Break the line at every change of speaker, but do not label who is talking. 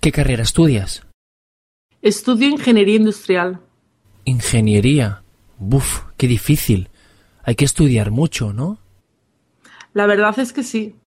¿Qué carrera estudias?
Estudio ingeniería industrial.
Ingeniería. Buf, qué difícil. Hay que estudiar mucho, ¿no?
La verdad es que sí.